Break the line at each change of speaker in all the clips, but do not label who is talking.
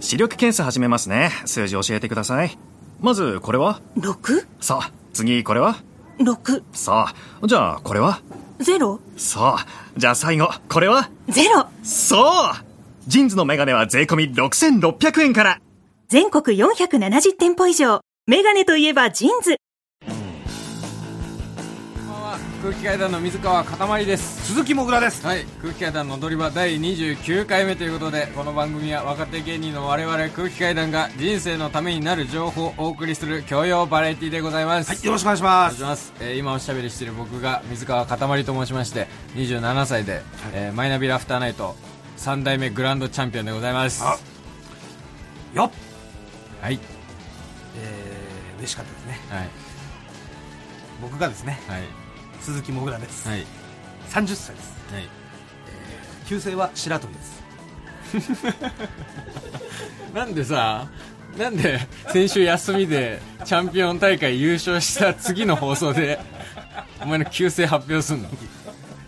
視力検査始めますね。数字教えてください。まず、これは
6?
さあ、次、これは
6
さあ、じゃあ、これは
ゼロ
さあ、じゃあ最後、これは
ゼロ
そうジンズのメガネは税込み6600円から
全国470店舗以上メガネといえばジーンズ
空気階段の水川かたまりです
鈴木もぐらです
はい空気階段の踊り場第29回目ということでこの番組は若手芸人の我々空気階段が人生のためになる情報をお送りする教養バラエティでございます
はいよろしくお願いしま
お願いし
す
ます、えー今おしゃべりしている僕が水川かたまりと申しまして27歳で、えーマイナビラフターナイト3代目グランドチャンピオンでございます
あよっ
はい
えー、嬉しかったですね
はい
僕がですね
はい
鈴木もぐらです、
はい
30歳です
はい
旧姓は白鳥です
なんでさなんで先週休みでチャンピオン大会優勝した次の放送でお前の旧姓発表すんの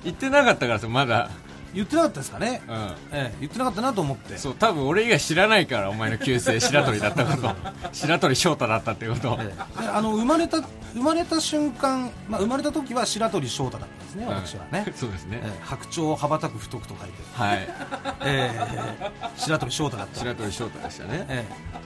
言ってなかったからさまだ
言ってなかったですかね、
うん
ええ言ってなかったなと思って
そう多分俺以外知らないからお前の旧姓白鳥だったこと白鳥翔太だったってこと、
ええであの生まれた生まれた瞬間、まあ、生まれた時は白鳥翔太だったんですね、私はね
うん、 そうですね、
ええ白鳥を羽ばたく太くと書いて、
はい
ええ白鳥翔太だった
白鳥翔太でしたね
ええ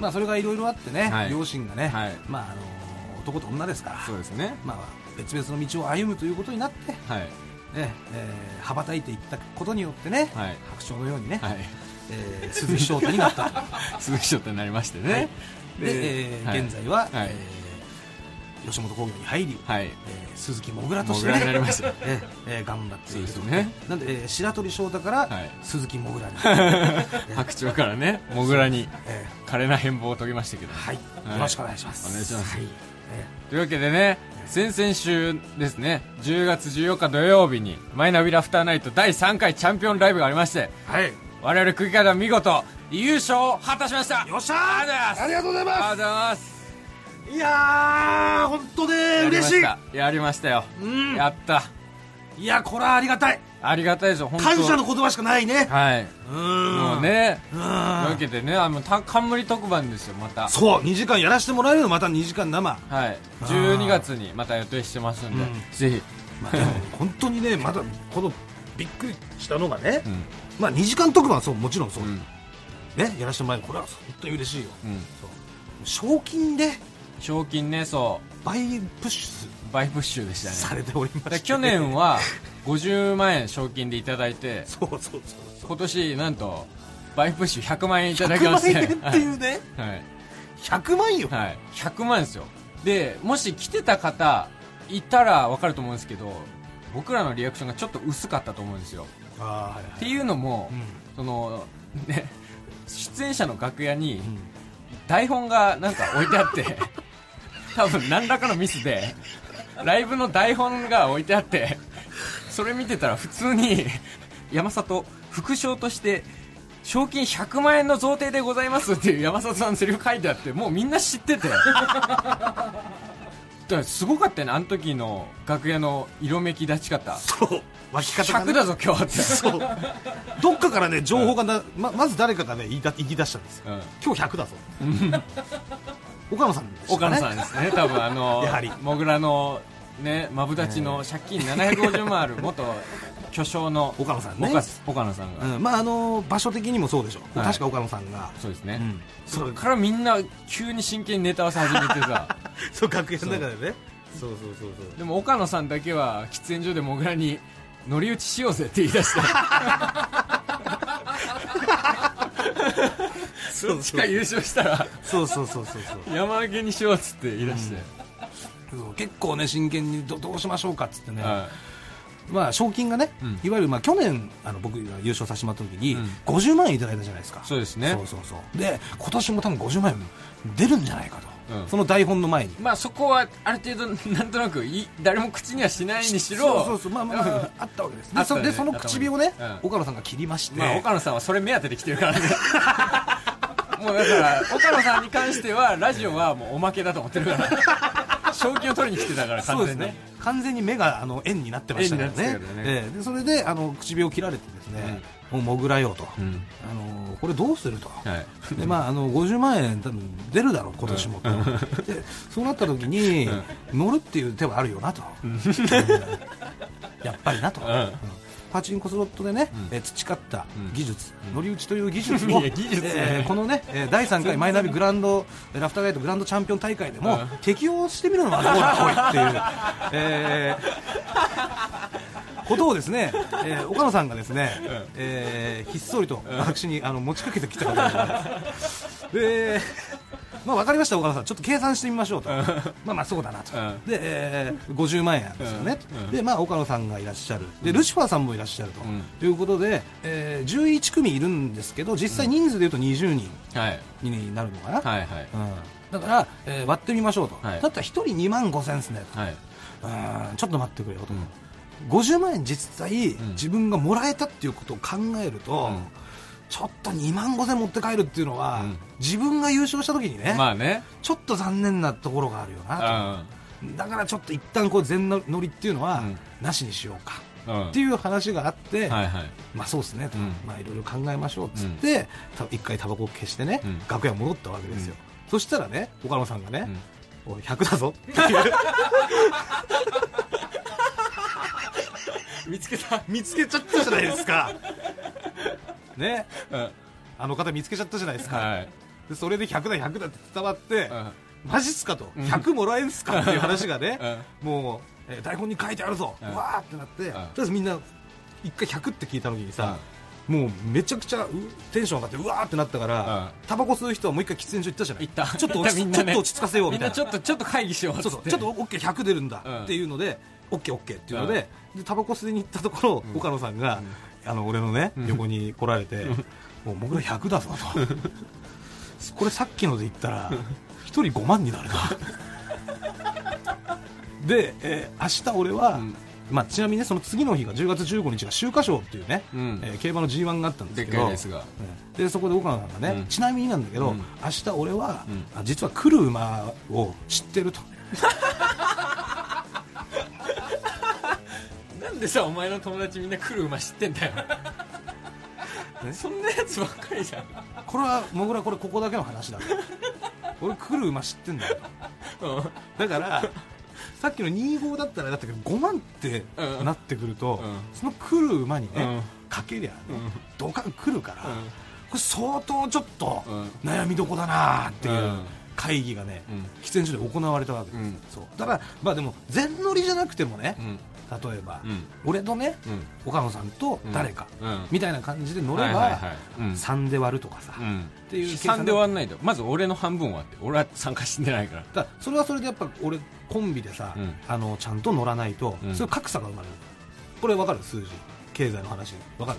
まあ、それがいろいろあってね、
はい
両親がね、
はい
まあ、あの男と女ですから
そうですね
まあ、別々の道を歩むということになって、
はい
ええええ羽ばたいていったことによってね、
はい
白鳥のようにね、
はい
ええ鈴木翔太になったと
鈴木翔太になりましてね、
はいで、ええ
はい
現在は、
はい
ええ吉本興業に入り、
はい
ええ鈴木もぐらと
も
し
ぐ
て
ら
ね
になりました
ええええ頑張っていると
そうですね
なんで、ええ白鳥翔太から、
はい
鈴木もぐら に、
白鳥からねもぐらに
ええ
華麗な変貌を遂げましたけど
はい、よろしくお願いします
お願いします
はいえ
というわけでね先々週ですね10月14日土曜日にマイナビラフターナイト第3回チャンピオンライブがありまして
えはい
我々空気階段見事優勝を果たしました
よっしゃー
あ
あ
り
り
がと
がと
う
う
ご
ご
ざいます
ざいます
りがとうございます
いやー本当ね嬉
や
し
りまたやりましたよ
うん
やった
いいやこれはありがたい
ありがたいですよ本当
感謝の言葉しかないね
はい、
うん
もうねと
う
いうわ
ん
けでねあのた冠特番ですよまた
そう2時間やらせてもらえるのまた2時 間生
はい
あー
12月にまた予定してますんで、
うん
ぜひ
まあでも本当にねまだこのびっくりしたのがね、
うん
まあ2時間特番はそうもちろんそう、
うん
ねやらせてもらえるこれは本当に嬉しいよ、
うん
そう賞金で
賞金ねそ
倍プッシ
う倍プッシュでし
ュ
たね
されておりまし
で
て
去年は50万円賞金でいただいて
そうそうそうそう
今年なんと倍プッシュ100万円いただき
100
ま
万
して
円っていうね、
はい、はい
100万よ、
はい、100万円ですよでもし来てた方いたら分かると思うんですけど僕らのリアクションがちょっと薄かったと思うんですよ
ああはいは
っ
い
ていうのも、
うん
そのね出演者の楽屋に
ん
台本がなんか置いてあって 多分何らかのミスでライブの台本が置いてあってそれ見てたら普通に山里副賞として賞金100万円の贈呈でございますっていう山里さんのセリフ書いてあってもうみんな知って てだからすごかったよねあの時の楽屋の色めき立ち方
そう湧き方がね
100だぞ今日って
そうどっかからね情報がな、ままず誰かがね言いだ言い出したんですよ、
うん
今日100だぞ岡野さんでしたね
岡野さんですね、多分あの、
やはり
もぐらの、ね、マブダチの借金750万あ る元巨匠の
岡野さんね
岡岡野さんが、
うんまああの場所的にもそうでしょ、
はい
確か岡野さんが
そうですね、
うん
そ
そ
っ
う
からみんな急に真剣にネタ合わせ始めて さ、
そう楽屋の中でねそうそうそうそう
でも岡野さんだけは喫煙所でもぐらに乗り打ちしようぜって言い出して、
そう
しか優勝したら
そうそうそうそうそう
山分けにしようっつって言い出して、
そう結構ね真剣にどどうしましょうかっつってね、
は
まあ賞金がね、
うん
いわゆるまあ去年あの僕が優勝させてもらった時に、
うん
50万円いただいたじゃないですか
そうですね
そうそうそうで今年も多分50万円出るんじゃないかと、
うん
その台本の前に
いまあそこはある程度なんとなくい誰も口にはしないにしろ
そうそうそうまあまあまああったわけです
あ
で
った
そ
よね
でその唇をね
頭にうん
岡野さんが切りまして
まあ、岡野さんはそれ目当てで来てるからねもうだから岡野さんに関してはラジオはもうおまけだと思ってるから賞金を取りに来てたから
そ
完
う
全
です
にね
ね完全に目があの円になってましたから
円にな
ね
ってたからね
ええでそれであの唇を切られてですねもうもぐらようと
ん
あのもうこれどうすると、
はい
でまあ、あの50万円多分出るだろう今年も、でそうなった時に、乗るっていう手はあるよなと、やっぱりなと、うんパチンコスロットでね、えー培った技術、乗り打ちという技術を、
いや技術ね
えーこのね、えー第3回マイナビグランドえーラフターガイドグランドチャンピオン大会でも、
うん
適用してみるのはどうだこいっていう、えーことをですね、えー岡野さんがですね、えーひっそりと私にあの持ちかけてきたことがありますでまあ、分かりました、岡野さん、ちょっと計算してみましょうと、まあまあ、そうだなと、
うん
で、えー50万円ですよね、
うんうん
で、まあ、岡野さんがいらっしゃる、でルシファーさんもいらっしゃると,、
ん
いうことで、えー11組いるんですけど、実際、人数でいうと20人
はい
になるのかな、
はいはい
うん、だから、えー割ってみましょうと、
はい
だったら1人2万5000円ですねと、
はい
うんちょっと待ってくれよと、50万円実際、
ん
自分がもらえたっていうことを考えると、
うん
ちょっと2万5000持って帰るっていうのは、
うん
自分が優勝した時にね、
まあね
ちょっと残念なところがあるよ
う
な、
ん
だからちょっと一旦こう全乗りっていうのは、
うん
なしにしようか
うん
っていう話があって、
はいはい
まあそうですねと、
うん
まあいろいろ考えましょうっつって、た一回タバコを消してね、
うん
楽屋戻ったわけですよ、そしたらね岡野さんがね、おい100だぞ
見つけた
見つけちゃったじゃないですか ね
うん
あの方見つけちゃったじゃないですか、
はい
でそれで100だ100だって伝わって、
うん
マジっすかと100もらえんすかっていう話がね、もう、えー台本に書いてあるぞ、
うん
わーってなって、
ん
とりあえずみんな一回100って聞いた時にさ、もうめちゃくちゃうテンション上がってうわーってなったから、タバコ吸う人はもう一回喫煙所行ったじゃない
行った
ちょっと落 ち
行ったみんなね
ちょっと落ち着かせよう
み
み
ん
たい
な
な
ちょっとちょっと会議しよう
そうそうちょっと OK100 出るん
うん
だっていうので、OKOK っていうので,、でタバコ吸いに行ったところ、岡野さんが、あの俺のね横に来られて、もう僕ら100だぞと これさっきので言ったら1人5万になる なで、えー明日俺は、
うん
まあ、ちなみにねその次の日が10月15日が秋華賞っていうね、
うん
えー競馬の g 1があったんです
でっ
け
か
ど
いですが
うんでそこで岡野さんがね、
うん
ちなみになんだけど、
うん
明日俺
う
は、あ実は来る馬を知ってると
なんでさお前の友達みんな来る馬知ってん だよそんなやつばっかりじゃん
これはもぐらこれここだけの話だと俺来る馬知ってんだよ
うん
だからさっきの25だったらだったけど5万って
うん
なってくると、
うん
その来る馬にね、
うん
かけりゃね、
ん
ドカン来るから、
うん
これ相当ちょっと
うん
悩みどこだなっていううん会議がね、
うん
喫煙所で行われたわけです、
うん
そうだからまあでも全乗りじゃなくてもね、
うん
例えば、
うん
俺とね、
う
岡野さんと誰か、
うん
みたいな感じで乗れば、
はいはいはいうん
3で割るとかさ、
うん
ていう計算
3で終わんないとまず俺の半分はって俺は参加してないから
だからそれはそれでやっぱ俺コンビでさ、
うん
あのちゃんと乗らないと、
うん
そういう格差が生まれるこれ分かる数字経済の話 分かる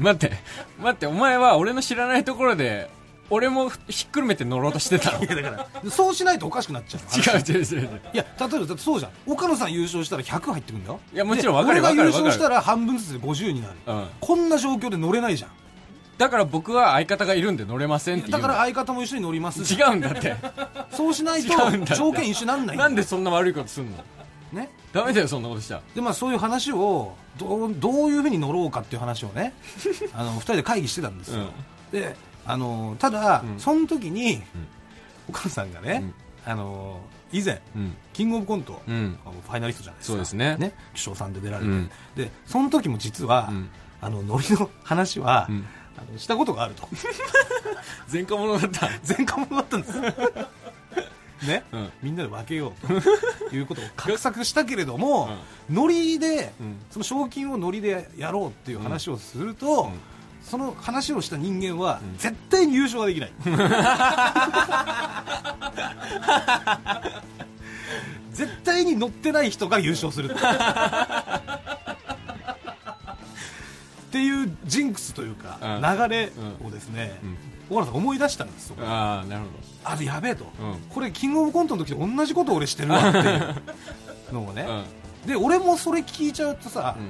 待って待ってお前は俺の知らないところで俺もひっくるめて乗ろうとしてたの違
いやだからそうしないとおかしくなっちゃう話
う違う違う違う
いや例えばだってそうじゃん岡野さん優勝したら100入ってくるんだよ
いやもちろん
で
分かる
俺
分かる
が
分
優
かる
勝したら半分ずつで50になる、
うん
こんな状況で乗れないじゃん
だから僕は相方がいるんで乗れませんって言
だ
う
か
の
ら相方も一緒に乗ります
違うんだって
そうしないと
違うんだ
条件一緒になんない
なんでそんな悪いことすんの
ね
ダメだよそんなことしたら
でまあ、そういう話をどうどういうふうに乗ろうかっていう話を ねあの二人で会議してたんですよ、であのただ、
うん
その時に、お母さんがね、あの以前、
うん
キングオブコント、
うん
あのファイナリストじゃないですか
そうですね
首相さんで出られて、
うん
でその時も実は、
うん
あのノリの話は、
うん
あのしたことがあると
前科者だった
前科者だった んですよね、
うん
みんなで分けよ うということを画策したけれども、ノリで、
うん
その賞金をノリでやろうっていう話をすると、
ん
その話をした人間は、絶対に優勝が できない絶対に乗ってない人が優勝するっていうジンクスというか、
うん
流れをですね、
ん
小原さん思い出したんですよ
ああなるほ
あやべえと、
うん
これキングオブコントの時と同じこと俺してるわっていうの をね、
ど
で俺もそれ聞いちゃうとさ、
うん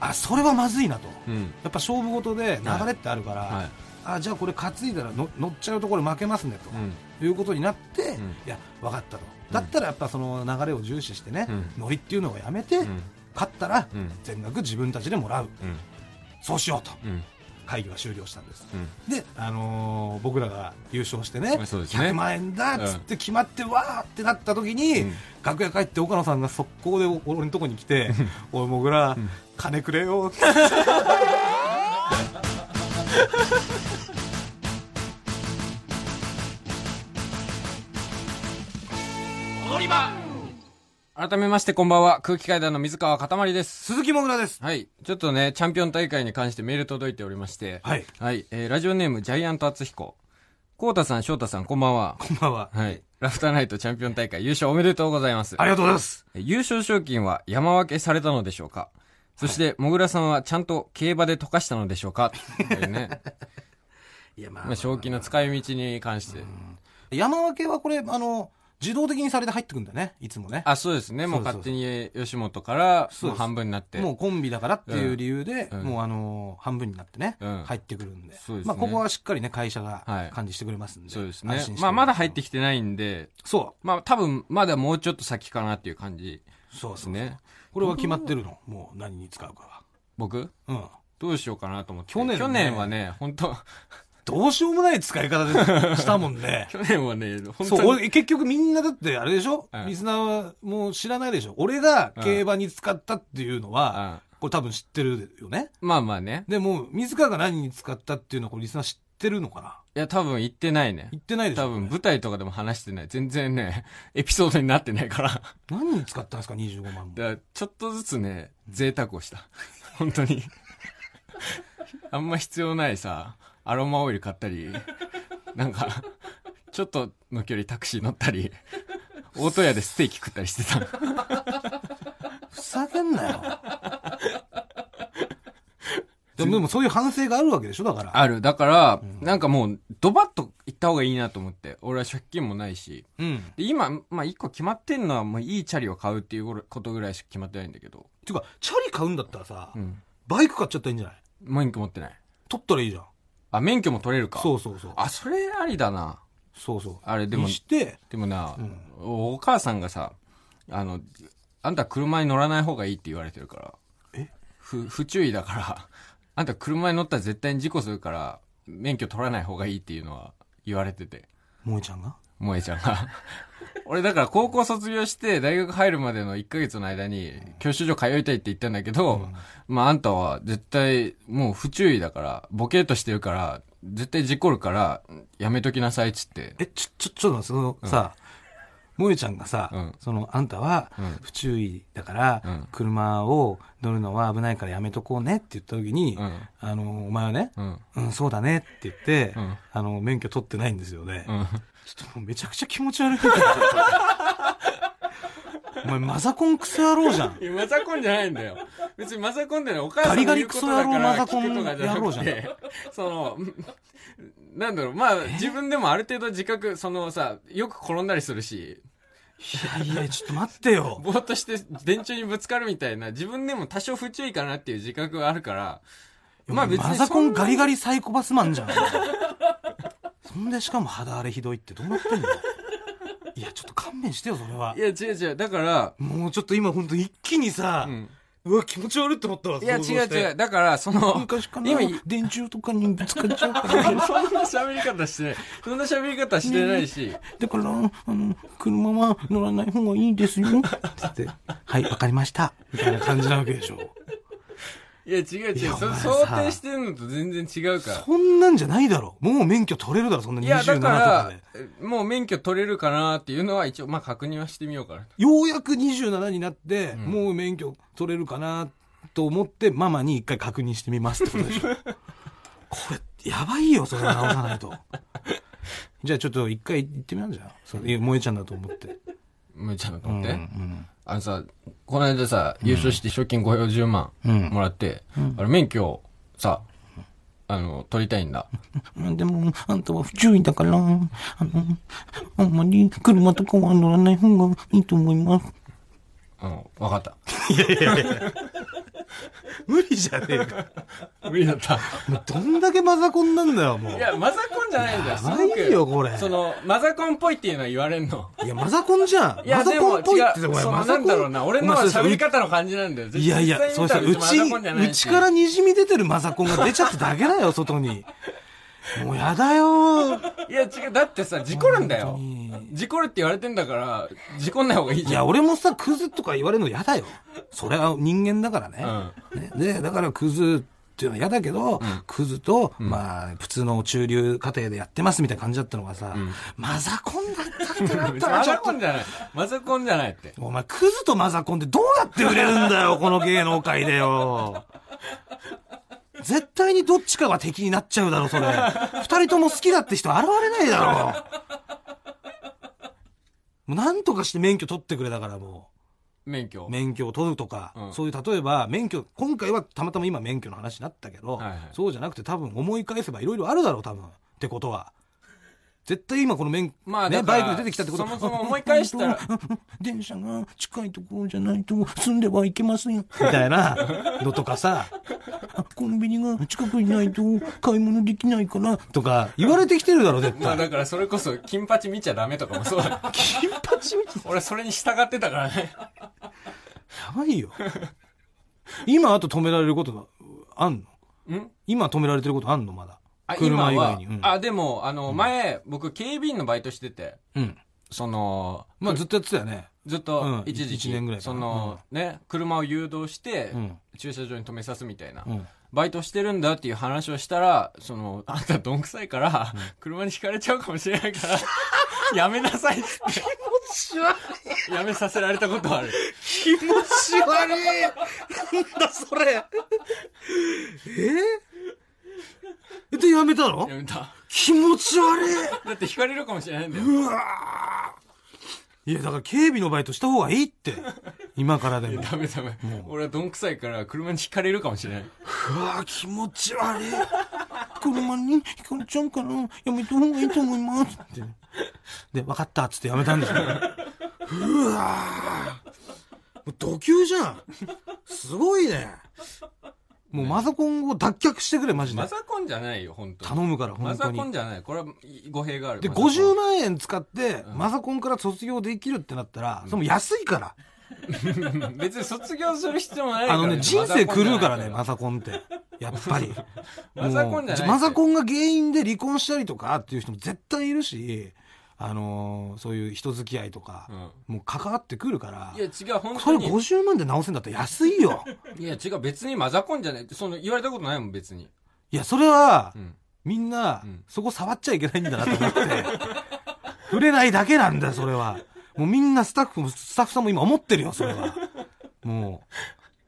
あそれはまずいなと、
うん、うん
やっぱ勝負事で流れってあるから、
はいはい
あじゃあこれ担いだらの乗っちゃうとこれ負けますねと、いうことになって、
ん
いや分かったとだったらやっぱその流れを重視してね、
うん
乗りっていうのをやめて、
ん
勝ったら
うん
全額自分たちでもらう、
うん
そうしようと
うん
会議は終了したんです、
うん
で、あのー僕らが優勝してね
そうですね
100万円だっつって決まってわーってなった時に、
うん
楽屋帰って岡野さんが速攻で俺のとこに来て「おいもぐら、金くれよ」って
改めましてこんばんは空気階段の水川かたまりです
鈴木もぐらです
はいちょっとねチャンピオン大会に関してメール届いておりまして
はい
はい、えーラジオネームジャイアント厚彦こうたさん翔太さんこんばんは
こんばんは
はいラフターナイトチャンピオン大会優勝おめでとうございます
ありがとうございます
優勝賞金は山分けされたのでしょうかそして、もぐらさんはちゃんと競馬で溶かしたのでしょうかというね。
いやま
まあ、賞金の使い道に関して。
山分けはこれあの自動的にされて入ってくんだねいつもね
あ、そうですね。もう
そうそう
勝手に吉本から、
そう
もう
です
半分になって。
もうコンビだからっていう理由で、
うん
もうあのー半分になってね、
うん
入ってくるんで
そうですね
まあ、ここはしっかりね会社
は
が
い
管理してくれますんで、
そうですね
安心し。て
まあ、まだ入ってきてないんで、
そ
まあ、多分、まだもうちょっと先かなっていう感じ
うそう
で
です
す
ね
ね。
これは決まってるのもう何に使うか
僕
はうん
どうしようかなと思って。
去年ね
去年はね、本当
どうしようもない使い方で したも んね
去年はね、本
そう
当に。
俺結局みんなだってあれでしょ、
うん
リスナーはもう知らないでしょ俺が競馬に使ったっていうの
あ
は、これ多分知ってるよね
まあまあね。
でも自らが何に使ったっていうのはこれリスナー知ってるのかない
や、多分言ってないね。
言ってないでしょ
多分舞台とかでも話してない。全然ね、エピソードになってないから。だか
何に使ったんですか25万も
らちょっとずつね、贅沢をした。本当に。あんま必要ないさ、アロマオイル買ったり、なんか、ちょっとの距離タクシー乗ったり、大戸屋でステーキ食ったりしてた。
ふざけん なよでもでもそういう反省があるわけでしょだから
ある。だから、なんかもう、ドバッと行った方がいいなと思って。俺は借金もないし。
うん
で今、まあ一個決まってんのは、もういいチャリを買うっていうことぐらいしか決まってないんだけど。
ていうかチャリ買うんだったらさ、
うん。
バイク買っちゃったらいいんじゃない
免許持ってない。
取ったらいいじゃん
あ、免許も取れるか。
そうそうそう
あ、それありだな。
そうそう
あれでも
にして
でもな、おお母さんがさ、あの、あんた車に乗らない方がいいって言われてるから。
え
ふ、不注意だから、あんた車に乗ったら絶対に事故するから、免許取らない方がいいっていうのは言われてて、
萌えちゃんが
萌えちゃんが。 俺だから高校卒業して大学入るまでの1ヶ月の間に教習所通いたいって言ったんだけど、まああんたは絶対もう不注意だから、ボケーっとしてるから、絶対事故るから、やめときなさいっつって。
えちょちょちょっと待ってそのさ、萌えちゃんがさ、
うん
そのあんたは不注意だから、
うん
車を乗るのは危ないからやめとこうねって言った時に、
うん
あのお前はね、
うん。
うん、そうだねって言って、
うん
あの、免許取ってないんですよね。
うん。
ちょっともうめちゃくちゃ気持ち 悪い。お前、マザコンクソ野郎じゃん。
いや、マザコンじゃないんだよ。別にマザコンじゃない。お母さ
ガ
んの
リガ
言
リ
う
ク
こと
ソ
だ
野
か
郎
ら
マザコン
聞くとかじゃな
野郎じゃ
く
ん
て、 その、なんだろう、まあ、自分でもある程度自覚、そのさ、よく転んだりするし、
いやいや、ちょっと待ってよ。
ぼーっとして電柱にぶつかるみたいな、自分でも多少不注意かなっていう自覚があるから、まあ別に
マザコンガリガ
リ。。
リサイコパスマンじゃん。そんでしかも肌荒れひどいってどうなってんのいや、ちょっと勘弁してよ、それはい
や、違う違う。だから、
もうちょっと今ほんと一気にさ、
う。
うんわ、気持ち悪いって思ったわ。
いや、
想像
違う
して
違う。。だから、その、
昔かな
今い、
電柱とかにぶつかっちゃうから。
そんな喋り方してない。そんな喋り方してないし、
だから、あの、車は乗らない方がいいですよ。ってはい、わかりました。みたいな感じなわけでしょ。
いや、違う違。
いうや
そ
お前さ
想定してるのと全然違うから。
そんなんじゃないだろ。もう免許取れるだろ、そんない27
や、だ
とか
か
で。
ら、もう免許取れるかなっていうのは一応、まあ確認はしてみようかな。
ようやく27になって、もう免許取れるかなと思って、ママに一回確認してみますってことでしょ。 これ、やばいよ、それ直さないと。じゃあちょっと一回行ってみようじゃん。それ、萌えちゃんだと思って。
むーちゃんのと思って。
うん
あのさ、この間さ、優勝して賞金540万
うん
もらって、あれ免許をさ、あの、取りたいんだ。
うんでも、あんたは不注意だから、あの、あんまり車とかは乗らない方がいいと思います。
うん、わかった。
無理じゃねえか。
無理だった。
もうどんだけマザコンなんだよ、もう。
いや、マザコンじゃないんだよ。すごく
やばいよこれ
その、マザコンっぽいっていうのは言われん の。
いや、マザコンじゃん。
いや、
マザ
で
コ
も
ン
違
っぽいって
う、
お前
その
マ
な
ザ
ん
コ
だろう
ン。
な、俺の
まあ
は
そうです
喋り方の感じなんだよ。
いやいや、そうしたら、う
実際
ち、
見たら
う
別
ち
に
か
マザコ
ら
ンじゃないし
にじみ出てるマザコンが出ちゃっただけだよ、外に。もうやだよ。
いや、違う、だってさ、事故るんだよ
本当に。
事故るって言われてんだから、事故んない方がいい
い
じゃん。
や、俺もさ、クズとか言われるの嫌だよ。それは人間だからね。ねで、だからクズっていうのは嫌だけど、クズと、まあ、普通の中流家庭でやってますみたいな感じだったのがさ、マザコンだったってなっ
別
た
に
ら
マ
ちょ
ザ
っ
コンじゃない。マザコンじゃないって。
と、お前、クズとマザコンってどうやって売れるんだよ、この芸能界でよ。絶対にどっちかが敵になっちゃうだろ、それ。二人とも好きだって人現れないだろ。もうなんとかして免許取ってくれだから、もう。
免許。
免許を取るとか、
うん
そういう例えば免許今回はたまたま今免許の話になったけど、
はいはい
そうじゃなくて多分思い返せばいろいろあるだろう多分ってことは絶対今この免、
まあ
ね、
だから
バイクで出てきたってこと
そもそも思い返したら
うんうん 電車が近いところじゃないと住んではいけませんみたいなのと かさコンビニが近くにないと買い物できないからとか言われてきてるだろ絶
まあ
対
だからそれこそ、金八見ちゃダメとかもそうだ。 金八見ちゃ俺それに従ってたからね。
やばいよ今あと止められることがあんの
ん
今止められてることあんのまだ
あ
車以
今は
外に、うん
あ、でも、あの、前、僕、警備員のバイトしてて、
うん
その、
まあずっとやってたよね
ずっ
う
と
ん
一時期、
一年ぐらいか
そ
な
の、ね、車を誘導して、
うん
駐車場に止めさすみたいな、
うん
バイトしてるんだっていう話をしたら、その、あんたどんくさいから、車にひかれちゃうかもしれないから、 やめなさいっつって。やめさせられたことはある。
気持ち悪いなんだそれえでやめたの
やめた。
気持ち悪
だってひかれるかもしれないんだよ。
いうわーいやだから警備のバイトした方がいいって今からでも
ダメダメ。俺はどんくさいから、車にひかれるかもしれない。
うわー気持ち悪い車にひかれちゃうからやめた方がいいと思いますってで分かったっつってやめたんですようわーもう度級じゃんすごいねもうマザコンを脱却してくれマジで
マザコンじゃないよ、本当に。
頼むから
マ
本当
ザコン
に
じゃない。これはい語弊がある。
で
マザコン
50万円使ってマザコンから卒業できるってなったらそれも安いから
別に卒業する必要もないか
あ
ら、
のね、人生狂うからね、
マ
マ
ザ
ザコンって。やっぱり。
マザコンじゃないって
もうマザコンが原因で離婚したりとかっていう人も絶対いるし、あのーそういう人付き合いとか、もう関わってくるから
コン。いや、違う、本
そ
当
れ
に。
50万で直せんだったら安いよ。
いや、違う、別にマザコンじゃない。その、言われたことないもん、別に。
いや、それは
う、ん。
みんな、
うん
そこ触っちゃいけないんだなと思って、 触れないだけなんだよ、それは。もうみんなスタッフも、スタッフさんも今思ってるよ、それは。もう。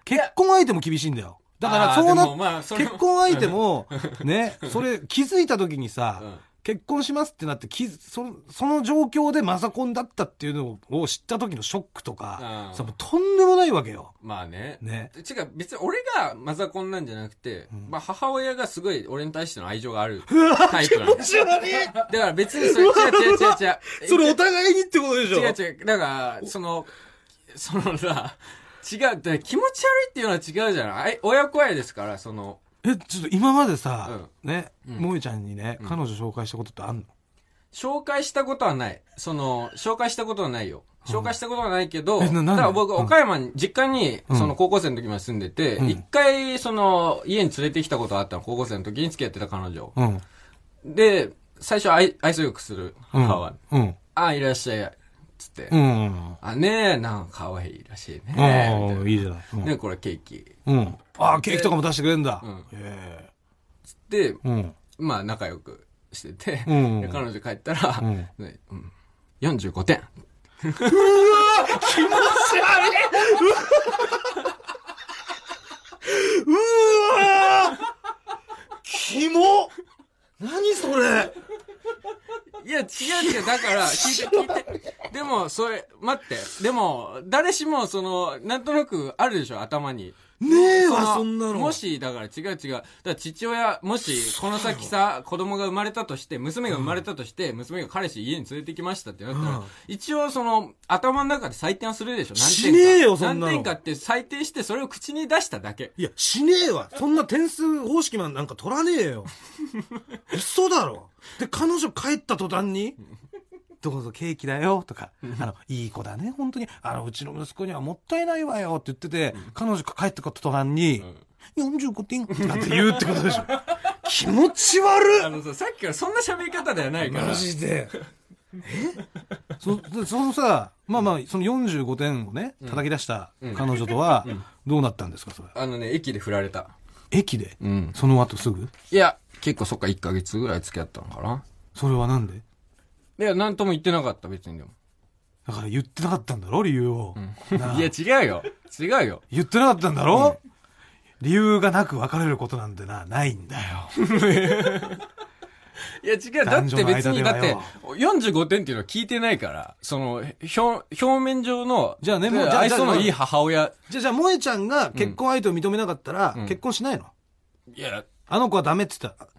結婚相手も厳しいんだよ。だから、
あー
そうな
でもまあそれも
結婚相手も、ね、それ気づいた時にさ、
うん
結婚しますってなってきその、その状況でマザコンだったっていうのを知った時のショックとか
う、ん
さもうとんでもないわけよ。
まあね。
ね。
違う、別に俺がマザコンなんじゃなくて、まあ母親がすごい俺に対しての愛情があるタイプなんだよだから別にそれ、違う違う違う違う。
それお互いにってことでしょ
違う違う。だから、その、そのさ、違う、だから気持ち悪いっていうのは違うじゃないあい親子愛ですから、その、
え、ちょっと今までさ、ね、
ん
萌えちゃんにね、彼女紹介したことってあんの
紹介したことはない。その、紹介したことはないよ。紹介したことはないけど、
えななんで
ただ僕、
うん
岡山に、実家に、
ん
その高校生の時まで住んでて、
ん
一、回、その、家に連れてきたことがあったの、高校生の時に付き合ってた彼女を。
うん。
で、最初愛、愛想よくする、母は。
うん。
あ、いらっしゃい、つって。
うん。
あ、ねえ、なんか可愛いらしいね。み
あ
た
あ
い、
いいじゃない。う
なんねこれケーキ。
うん。ああ、ケーキとかも出してくれるんだ
うん。
え
で、
え。うん。
まあ、仲良くしてて、
うん
で彼女帰ったら、
ん
ねうん、45点。
うわキモ何それ
いや、違う違う。だから、聞いて、聞いて。でも、それ、待って。でも、誰しも、その、なんとなくあるでしょ、頭に。
ねえわ
の
そんなの
もし、だから違う違う。だから父親、もし、この先さ、子供が生まれたとして、娘が生まれたとして、娘が彼氏家に連れてきましたってなったら、
うん
一応その、頭の中で採点はするでしょ。何点か。
しねえよそんなの
何点かって採点して、それを口に出しただけ。
いやしねえわそんな点数方式マンなんか取らねえよ 嘘だろで彼女帰った途端に「どうぞケーキだよ」とか「あのいい子だね本当にあのうちの息子にはもったいないわよ」って言ってて、彼女が帰ってった途端に「45点」なんて言うってこと でしょ気持ち
あ
悪っ
のさ、さっきからそんな喋り方ではないから。
マジでえそそのさまあまあその45点をね叩き出した彼女とはどうなったんですかそれ
あのね、駅で振られた。
駅で、
うん。
その後すぐ
いや、結構そっか1ヶ月ぐらい付き合ったのかな。
それはなんで
いや、なんとも言ってなかった、別にでも。
だから言ってなかったんだろ理由を、なあ
いや、違うよ。違うよ。
言ってなかったんだろ、理由がなく別れることなんてなないんだよ
いや、違う。だって別に、
男女の間
だ
で
っ
は
て
よ、
45点っていうのは聞いてないから、その、表、表面上の、
じゃあね
で
もうじゃあ
愛想の
じゃあ
いい母親、
じゃあじゃあ萌ちゃんが結婚相手を認めなかったら、
ん
結婚しないの
いや、
あの子はダメって言ったら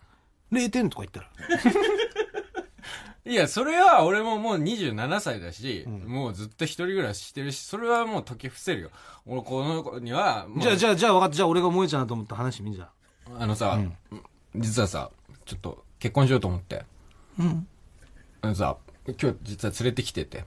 0点とか言ったら
いや、それは俺ももう27歳だし、もうずっと一人暮らししてるし、それはもう解き伏せるよ。俺、この子には、
じゃあじ
ゃ
ゃあじゃあ分かったじゃあ俺が萌ちゃんだと思った話してみんじゃん
あ、のさ、実はさ、ちょっと結婚しようと思って。あのさ、今日実は連れてきてて。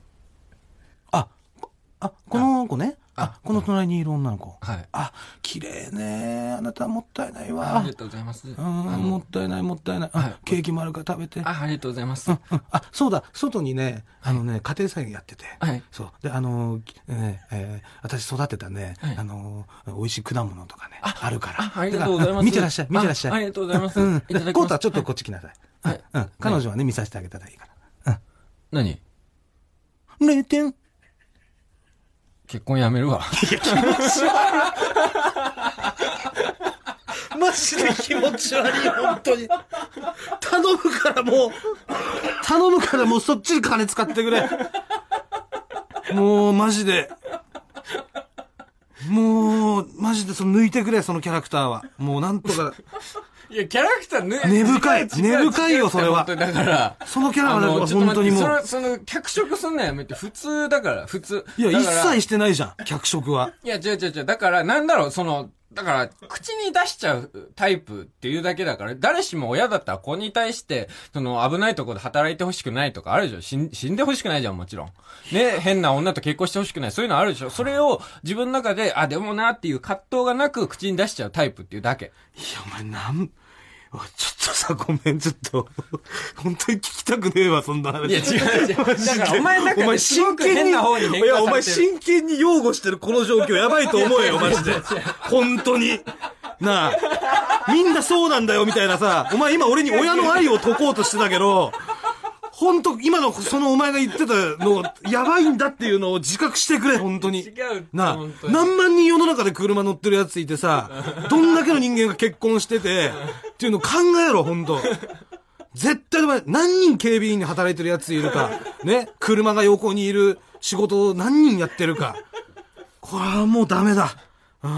ああこの子ねあ
あ
この隣にいる女の子、
はい。
あ綺麗ねあなたもったいない
あ
わ
りがとうございます。
う
あ
ん
の
もったいないもったいない、あ
はい
ケーキもあるから食べて
あ、ありがとうございます。
うんあそうだ外にねあのね家庭菜園やってて、
はい
そうであのきねえー私育てたね、
はい
あの美味しい果物とかねあるから
あありがとうございます
だから見てらっしゃい見てらっしゃい
あありがとうございます
うん
いただきます
コータちょっとこっち来なさい、
はい
うんうん、彼女はね見させてあげたらいいから
何
0点
結婚やめるわ。
マジで気持ち悪い本当に頼むからもう頼むからもうそっちに金使ってくれもうマジでもうマジでその抜いてくれそのキャラクターはもうなんとか
いや、キャラクターね、
根深い
違う違う
根深いよ
違う
それは
本当にだから。
そのキャラは
あ
ね
のちょっと
本当にも
待っ
う
てその、その、脚色すんのやめて、普通だから、普通。
いや
だ
一
から
切してないじゃん脚色はい
や、違う違う違う。だから、なんだろう、その、だから、口に出しちゃうタイプっていうだけだから、誰しも親だったら子に対して、その、危ないとこで働いてほしくないとかあるでしょ死ん死んでほしくないじゃん、もちろん。 ね、変な女と結婚してほしくない。そういうのあるでしょそれを自分の中で、あ、でもなっていう葛藤がなく口に出しちゃうタイプっていうだけ。
いや、お前、なん、おいちょっとさ、ごめん、ちょっと、本当に聞きたくねえわ、そんな話。
いや違う 違う
マジで
だからお前なんか
お前
すご
真
く
剣に、
変な方に変化されてる
いや、お前真剣に擁護してるこの状況、やばいと思うよ、マジで。本当に。なあ、みんなそうなんだよ、みたいなさ、お前今俺に親の愛を解こうとしてたけど、本当今の、そのお前が言ってたの、やばいんだっていうのを自覚してくれ、本当に。
う
なあ
本当、に
何万人世の中で車乗ってるやつい てさ、どんだけの人間が結婚してて、っていうの考えろ、ほんと。絶対お前、何人警備員に働いてるやついるか、ね、車が横にいる仕事を何人やってるか。これはもうダメだ。うん。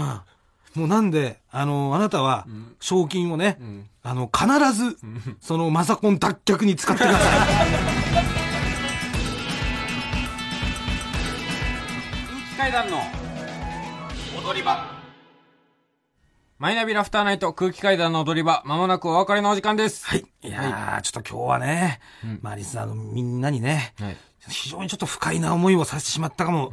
もうなんで、あの、あなたは、賞金をね、あの、必ず、その、マサコン脱却に使ってください。
階段の踊り場マイナビラフターナイト空気階段の踊り場まもなくお別れのお時間ですはい
いやー、ちょっと今日はね、まあリスナーのみんなにね、
はい
非常にちょっと不快な思いをさせてしまったかも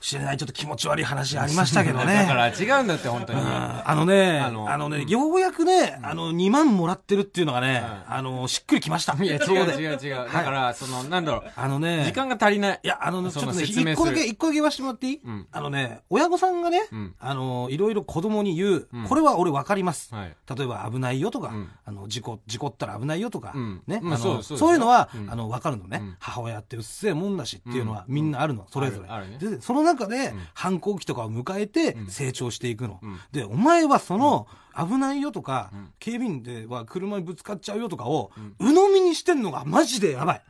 しれない、ちょっと気持ち悪い話ありましたけどね。
だから違うんだって本当に
うんあのね、あ
あの
のね、ようやくね、あの、2万もらってるっていうのがね、あの、しっくりきました。
いや違
そうこで
違う違うだからそのなんだろう
あのね、
時間が足りない
いや、あのね、ち
そ
ょっと
の
ね、
説明す
一個だ
る
け、一個だけ言わせてもらっていい、
ん
あのね、親御さんがね、
ん
あの、いろいろ子供に言う、これは俺わかります。
はい
例えば危ないよとか、
ん
あの、事故、事故ったら危ないよとか、
うん
ね、
まあ
の
そうそうですよ
いうのは、
ん
あの、わかるのね、
ん
母親ってうっせえもんだしっていうのは、みんなあるの、それぞれ。
あるあるね
で、その中で、反抗期とかを迎えて、成長していくの。で、お前はその、危ないよとか、警備員では車にぶつかっちゃうよとかを、鵜呑みにしてんのがマジでやばい。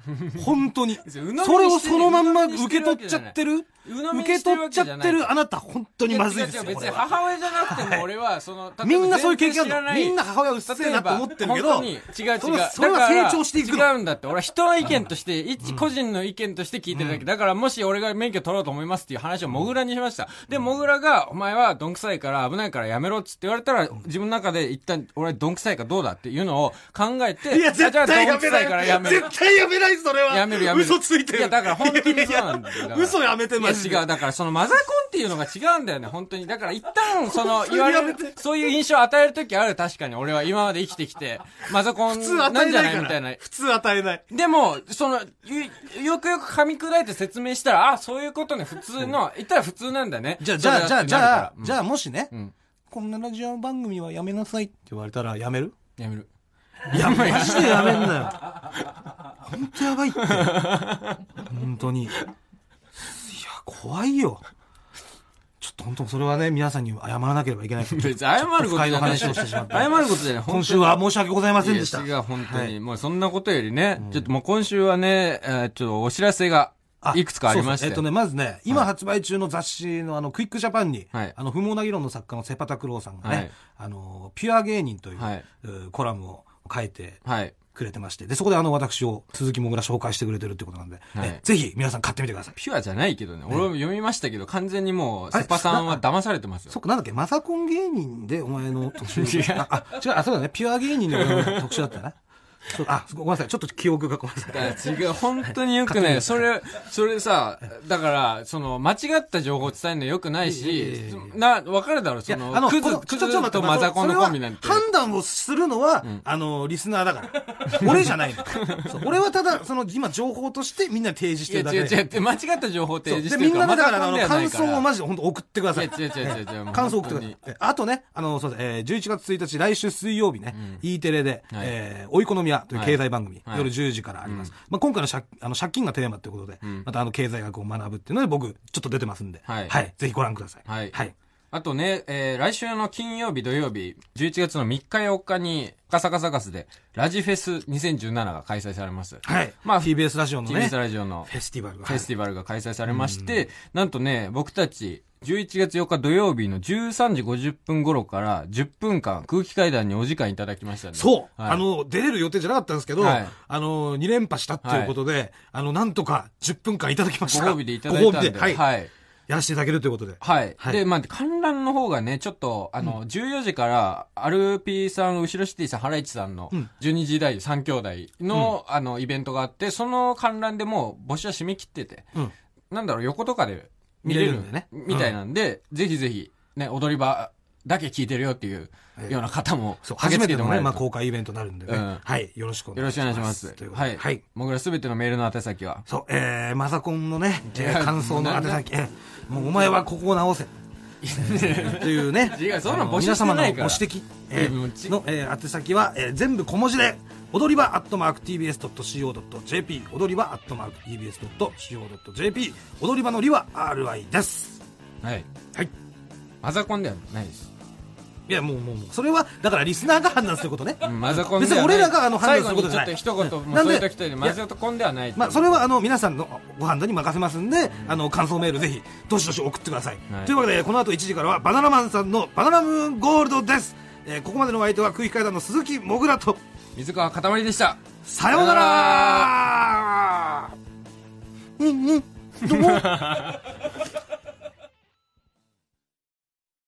本当に。
鵜呑みにして
それをそのまんま受け取っちゃってる
鵜呑み
受
に
け
してる
取っ
わ
ちゃ
けじゃ
っ
な
て
い
るあなた、本当にまずいですよ。
や違う違う別
これ
に
は
母親じゃなくても俺はその、例えば
みんなそういう経験
全然
ある
知ら
の
ない
みんな母親うっせえなと思ってるけど
例えば本当に違う違う
それはそれは成長していく
だ
の
から違うんだって俺は人の意見として一個人の意見として聞いてるだけだからもし俺が免許取ろうと思いますっていう話をモグラにしましたでモグラがお前はどんくさいから危ないからやめろっつって言われたら自分の中で一旦俺はどんくさいかどうだっていうのを考えて
いや、絶
あじゃ
対
あど
や
んく
め
さいから
な
や
い。
める
絶対やめない、それは。
やめるやめる
嘘ついてる。
いやだから本当にそうなんだよ
いや
だか
いやいや
ら
嘘やめて
いや
マジで
違う。だからそのマザコンっていうのが違うんだよね、本当に。だから一旦、そ の、言われる、そういう印象を与えるときある、確かに。俺は今まで生きてきて、マザコン
普通
な
与
ん
え
じゃ
な
ない
い
みた
か
いな
ら。。普通与えない。
でも、その、ゆよくよく噛み砕いて説明したら、あ、そういうことね、普通の、言ったら普通なんだね。
じゃあ、じゃあ、じゃあ、じゃあ、じ
ゃ
ゃあ、もしね、
ん
こんなラジオ番組はやめなさいって言われたらやめる
やめる。
いや、マジでやめんなよ。本当やばいって。本当に。いや、怖いよ。ちょっと本当それはね、皆さんに謝らなければいけない。
別に謝ることじゃない。
不快な話をしてしまった
謝ることじゃない。
今週は申し訳ございませんでした。
いや違う、本当に。もうそんなことよりね、ちょっともう今週はね、えーちょっとお知らせがいくつかありまして。
そうそうえっとね、まずね、今発売中の雑誌のあの、クイックジャパンに、
はい
あの、不毛な議論の作家のセパタクローさんがね、
はい
あの、ピュア芸人という、
はい
うんコラムを書いて
はい。
くれてまして、で、そこであの、私を鈴木もぐら紹介してくれてるってことなんで、
はい
えぜひ皆さん買ってみてください。
ピュアじゃないけどね。俺も読みましたけど、完全にもう、
あれ
セパさんは騙されてますよ
そ。っか、なんだっけ、マサコン芸人でお前の特 集。
違う
あ、あ違う、あ、そうだね、ピュア芸人で俺の特集だったな。 そうあ、ごめんなさい、ちょっと記憶がごめんなさい。
だから違う、本当によくない。それ、それさ、だから、その、間違った情報伝えるのよくないし、な、わかるだろ、
い
そ
や
の、クズ、クズとマザコンのコンビなんて
そ。れは判断をするのは、あの、リスナーだから。俺じゃないの。そう俺はただ、その、今、情報としてみんなに提示し
い
て
や、
るだ
違う
けで。
違う、間違った情報提
そう
示し
で、
て
み
る
ん
から、
な
マ
で
ザ
だから、
コ
あ
ンではない
の、感
から。
想をマジで本当送ってください。
いや違う違う違う違うもう
感想送ってくだ
本
さい。あとね、あの、そうです。えー、11月1日、来週水曜日ね、E テレで、
はい
えー、おいこのみやという経済番組、
はい
夜10時からあります。まあ今回の借あの借金がテーマということで、またあの、経済学を学ぶっていうので、僕、ちょっと出てますんで、
はい
ぜひご覧ください。
はい
はい。
あとね、えー来週の金曜日、土曜日、11月の3日4日に、カサカサカスで、ラジフェス2017が開催されます。
はい。
ま
ま
あ
あ、TBS ラジオのね、
TBS
フ
ラジオの
ェスティバルが。
フェスティバルが開催されまして、なんとね、僕たち、11月4日土曜日の13時50分頃から10分間空気階段にお時間いただきましたね。
そう、
はい
あの、出れる予定じゃなかったんですけど、
はい
あの、2連覇したっていうことで、あの、なんとか10分間いただきまし
ご
た。
褒美でいただい
ご
た
褒
ん
美
で。
で、はい。
はい。
やらせていただけるということで。
はい。
はい
で、まあ、観覧の方がね、ちょっと、あの、14時から、アルピーさん、後ろシティさん、ハライチさんの、12時台3兄弟の、あの、イベントがあって、その観覧でもう募集は締め切ってて、
うん
なんだろう、横とかで見れる
見れるんだよね
みたいなんで、ぜひぜひ、ね、踊り場だけ聞いてるよっていう、ような方も、
そう、
駆け
初め
つけ
ての
もらえ
ね、
る
まあ、
と
公開イベントになるんでね。
うん
はい。よろしくお
よ
願
ろ
い
し
し
くお願
ま
い
す。
します
という。こと
は
で
い。
はい。
僕らすべてのメールの宛先は、
そう、えー、マザコンのね、え
いや
ー感想の宛先、えーもうお前はここを直せ。というね。
違うそんなの
あの
募集してないから
皆様のご指摘、えー
いやもうち
の、えー、宛先は、えー全部小文字で、踊り場アットマーク TBS.CO.JP、踊り場アットマーク TBS.CO.JP、踊り場のりは RI です。
はい。
はい。
マザコンではないです。
いや、もう、もう、もうそれは、だからリスナーが判断することね。
うんマザコンで
別
は
に
ない
俺らがあの判
最
断
後
する
に
こ
ちょ
と
っ
じゃない。
と一言、も
な
うんそう
で
いう時というの
い
マ
や
ザコンではない。
まあ、それはあの皆さんのご判断に任せますんで、あの感想メールぜひどしどし送ってください、
はい
というわけでこの後1時からはバナナマンさんの「バナナムーンゴールド」です、えーここまでのお相手は空気階段の鈴木もぐらと
水川かたまりでした。
さようならうんうんどうも